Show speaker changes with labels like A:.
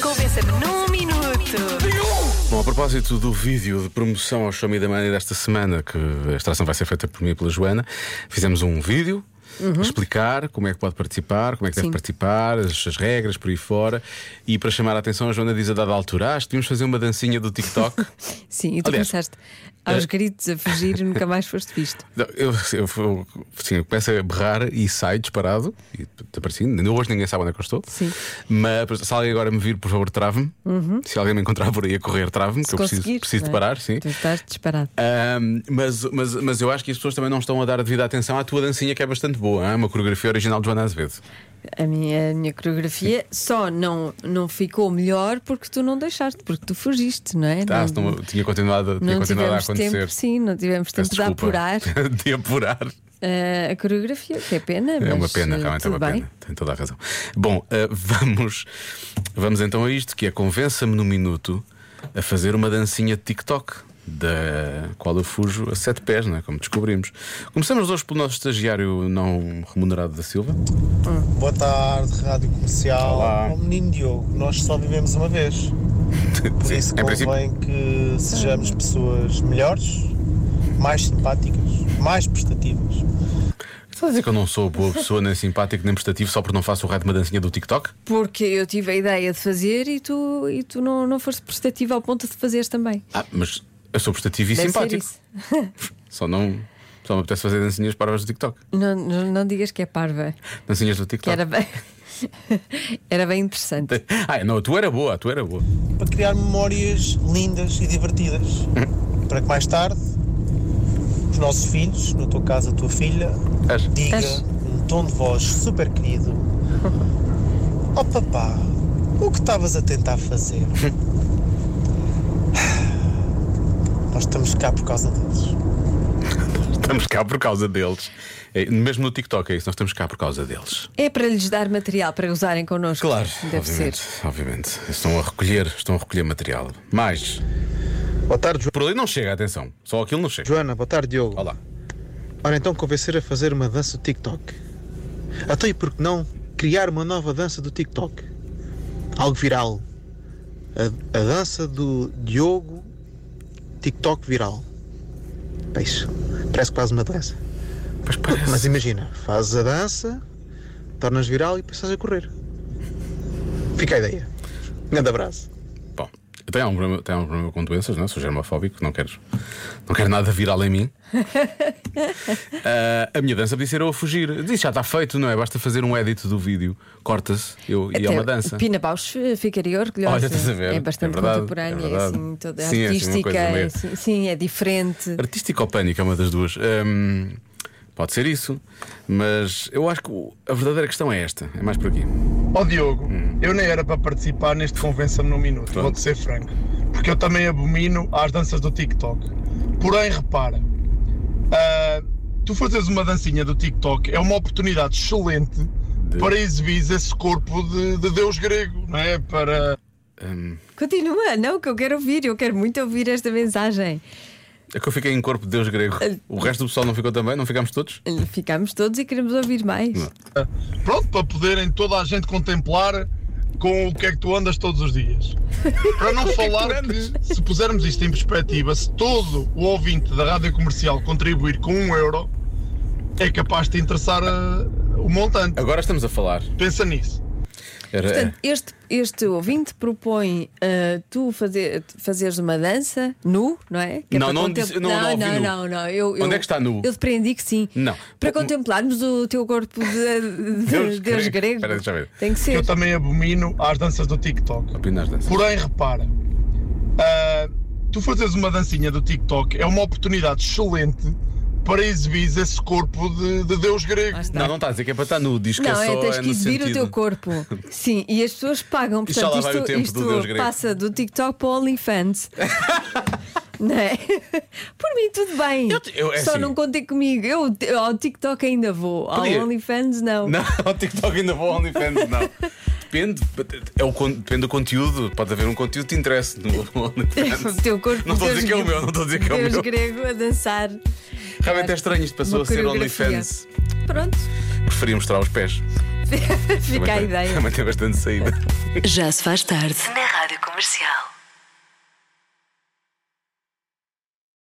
A: Convença-me num minuto.
B: Bom, a propósito do vídeo de promoção ao Show Me the Money desta semana, que a extração vai ser feita por mim e pela Joana, fizemos um vídeo. a Explicar como é que pode participar, como é que deve
C: Uhum. Sim.
B: participar, as, as regras por aí fora. E para chamar a atenção, a Joana diz a dada altura: Ah, acho que devíamos fazer uma dancinha do TikTok.
C: Sim, e tu
B: Aliás,
C: começaste aos gritos a fugir e nunca mais foste visto.
B: Não, eu, eu, eu- sim, eu começo a berrar e saio disparado. E desaparecido. Ainda hoje ninguém sabe onde é que eu estou.
C: Sim. Uhum.
B: Mas se alguém agora me vir, por favor, trave-me. Se alguém me encontrar por aí a correr, trave-me, que eu preciso,
C: conseguires,
B: preciso de
C: não é?
B: parar. Sim.
C: Tu estás disparado.
B: Ahm, mas, mas, mas eu acho que as pessoas também não estão a dar a devida atenção à tua dancinha, que é bastante boa. É uma coreografia original de Joana Azevedo.
C: A minha, a minha coreografia só não, não ficou melhor porque tu não deixaste, porque tu fugiste, não é?
B: Tá,
C: não,
B: senão eu tinha continuado, tinha
C: não
B: continuado a
C: tivemos
B: acontecer.
C: tempo, sim, não tivemos tempo
B: Peço
C: de
B: desculpa.
C: apurar
B: de apurar.
C: eh, a coreografia, que é pena.
B: É uma
C: mas,
B: pena,
C: eh,
B: realmente é
C: tudo
B: uma
C: bem.
B: pena. Tem toda a razão. Bom, ah, vamos, vamos então a isto, que é convença-me no minuto a fazer uma dancinha de TikTok, da qual eu fujo a sete pés, não é? como descobrimos. Começamos hoje pelo nosso estagiário não remunerado da Silva.
D: Boa tarde, Rádio Comercial.
B: Olá.
D: Oh, menino Diogo, nós só vivemos uma vez. Por isso
B: em princípio-
D: convém que sejamos pessoas melhores, mais simpáticas, mais prestativas.
B: Estás a dizer que eu não sou boa pessoa, nem simpático, nem prestativo, só porque não faço o raio de uma dancinha do TikTok?
C: Porque eu tive a ideia de fazer e tu, e tu não, não foste prestativa ao ponto de fazeres também.
B: Ah, mas eu sou prestativo e
C: Deve ser
B: simpático.
C: isso.
B: Só não. Só me apetece fazer dancinhas parvas do TikTok.
C: Não, não, não digas que é parva,
B: Dancinhas do
C: que
B: TikTok.
C: era bem, era bem interessante.
B: Ah, não, a tua era boa, a tua era boa.
D: Para criar memórias lindas e divertidas.
B: Hum.
D: Para que mais tarde os nossos filhos, no teu caso a tua filha,
B: Acho.
D: diga
C: Acho.
D: um tom de voz super querido: Oh papá, o que estavas a tentar fazer? Nós estamos cá por causa deles.
B: Estamos cá por causa deles. É, mesmo no TikTok é isso, nós estamos cá por causa deles.
C: É para lhes dar material para usarem connosco. Deve
B: obviamente,
C: ser.
B: obviamente. Estão a recolher, estão a recolher material. Mais,
D: Boa tarde, Jo-
B: por ali não chega, atenção. Só aquilo não chega.
D: Joana. Boa tarde, Diogo.
B: Olá.
D: Ora, então convencer a fazer uma dança do TikTok. Até e por que não criar uma nova dança do TikTok? Algo viral. A, a dança do Diogo TikTok viral. Peixe. Parece quase uma dança.
B: Pois parece.
D: Mas imagina, fazes a dança, tornas viral e passas a correr. Fica a ideia. Grande abraço.
B: Bom, eu tenho algum problema, tenho algum problema com doenças, não é? Sou germofóbico, não quero, não quero nada viral em mim. Ah, a minha dança podia ser eu a fugir. Diz, já está feito, não é? Basta fazer um edit do vídeo, corta-se eu, e é uma
C: Até
B: dança.
C: Pina Bausch eh, ficaria orgulhosa.
B: Olha, estás a ver?
C: É bastante
B: É verdade, é
C: contemporânea, é
B: verdade.
C: assim, toda
B: Sim, é assim, uma
C: artística.
B: coisa
C: é
B: meio-
C: assim- sim, é diferente.
B: Artístico ou pânico é uma das duas. Hum, pode ser isso, mas eu acho que o- a verdadeira questão é esta. É mais por aqui.
E: Ó Diogo, eu nem era para participar neste Convença-me num Minuto,
B: Pronto.
E: vou-te ser franco. Porque eu também abomino às danças do TikTok. Porém, repara, ah, tu fazes uma dancinha do TikTok é uma oportunidade excelente para exibir esse corpo de, de deus grego, não é? Para.
C: Continua, não, que eu quero ouvir, eu quero muito ouvir esta mensagem.
B: É que eu fiquei em corpo de Deus grego.
C: Ah.
B: O resto do pessoal não ficou também? Não ficámos todos?
C: Ficámos todos e queremos ouvir mais.
E: Pronto, para poderem toda a gente contemplar com o que é que tu andas todos os dias. Para não falar que, se pusermos isto em perspectiva, se todo o ouvinte da rádio comercial contribuir com um euro, é capaz de interessar ah, o montante.
B: Agora estamos a falar.
E: Pensa nisso.
B: Era-
C: Portanto, este, este ouvinte propõe ah, tu fazer, fazeres uma dança nu, não é? Que é
B: Não,
C: para
B: não disse- não, não ouvi
C: não,
B: nu.
C: não, não, eu-
B: Onde
C: eu-
B: é que está nu?
C: Eu depreendi que sim.
B: Não.
C: Para
B: O-
C: contemplarmos o teu corpo de, de-
B: Deus
C: Deus,
B: grego.
C: grego.
B: Espera, deixa eu ver.
C: Tem que
E: Eu
C: ser.
E: também abomino às danças do TikTok.
B: Opina as danças.
E: Porém, repara, ah, tu fazes uma dancinha do TikTok é uma oportunidade excelente para exibir esse corpo de, de deus grego.
C: Lá está.
B: Não, não está a dizer que é para estar nu. Diz que
C: Não,
B: é
C: é,
B: só
C: tens
B: é
C: que
B: no
C: exibir o
B: sentido.
C: teu corpo. Sim, e as pessoas pagam.
B: Isto já
C: Portanto,
B: lá vai o tempo do
C: isto
B: Deus grego.
C: passa do TikTok para o OnlyFans. Não é? Por mim, tudo bem.
B: Eu te- eu- é
C: Só
B: assim.
C: não contem comigo. Eu, eu ao TikTok ainda vou, ao
B: Podia.
C: OnlyFans não.
B: Não, o TikTok ainda vou ao OnlyFans, não. Depende, é o, con- depende do conteúdo. Pode haver um conteúdo que te interesse no OnlyFans.
C: O teu corpo
B: Não estou a
C: Deus
B: dizer que é o
C: grego-
B: meu, não estou a dizer que é o
C: Deus
B: meu.
C: grego a dançar.
B: Realmente é estranho isto passou
C: Uma
B: a ser
C: coreografia.
B: OnlyFans.
C: Pronto,
B: Preferia mostrar os pés.
C: fica a
B: Também tem-
C: ideia.
B: Também tem bastante saída.
A: Já se faz tarde na Rádio Comercial.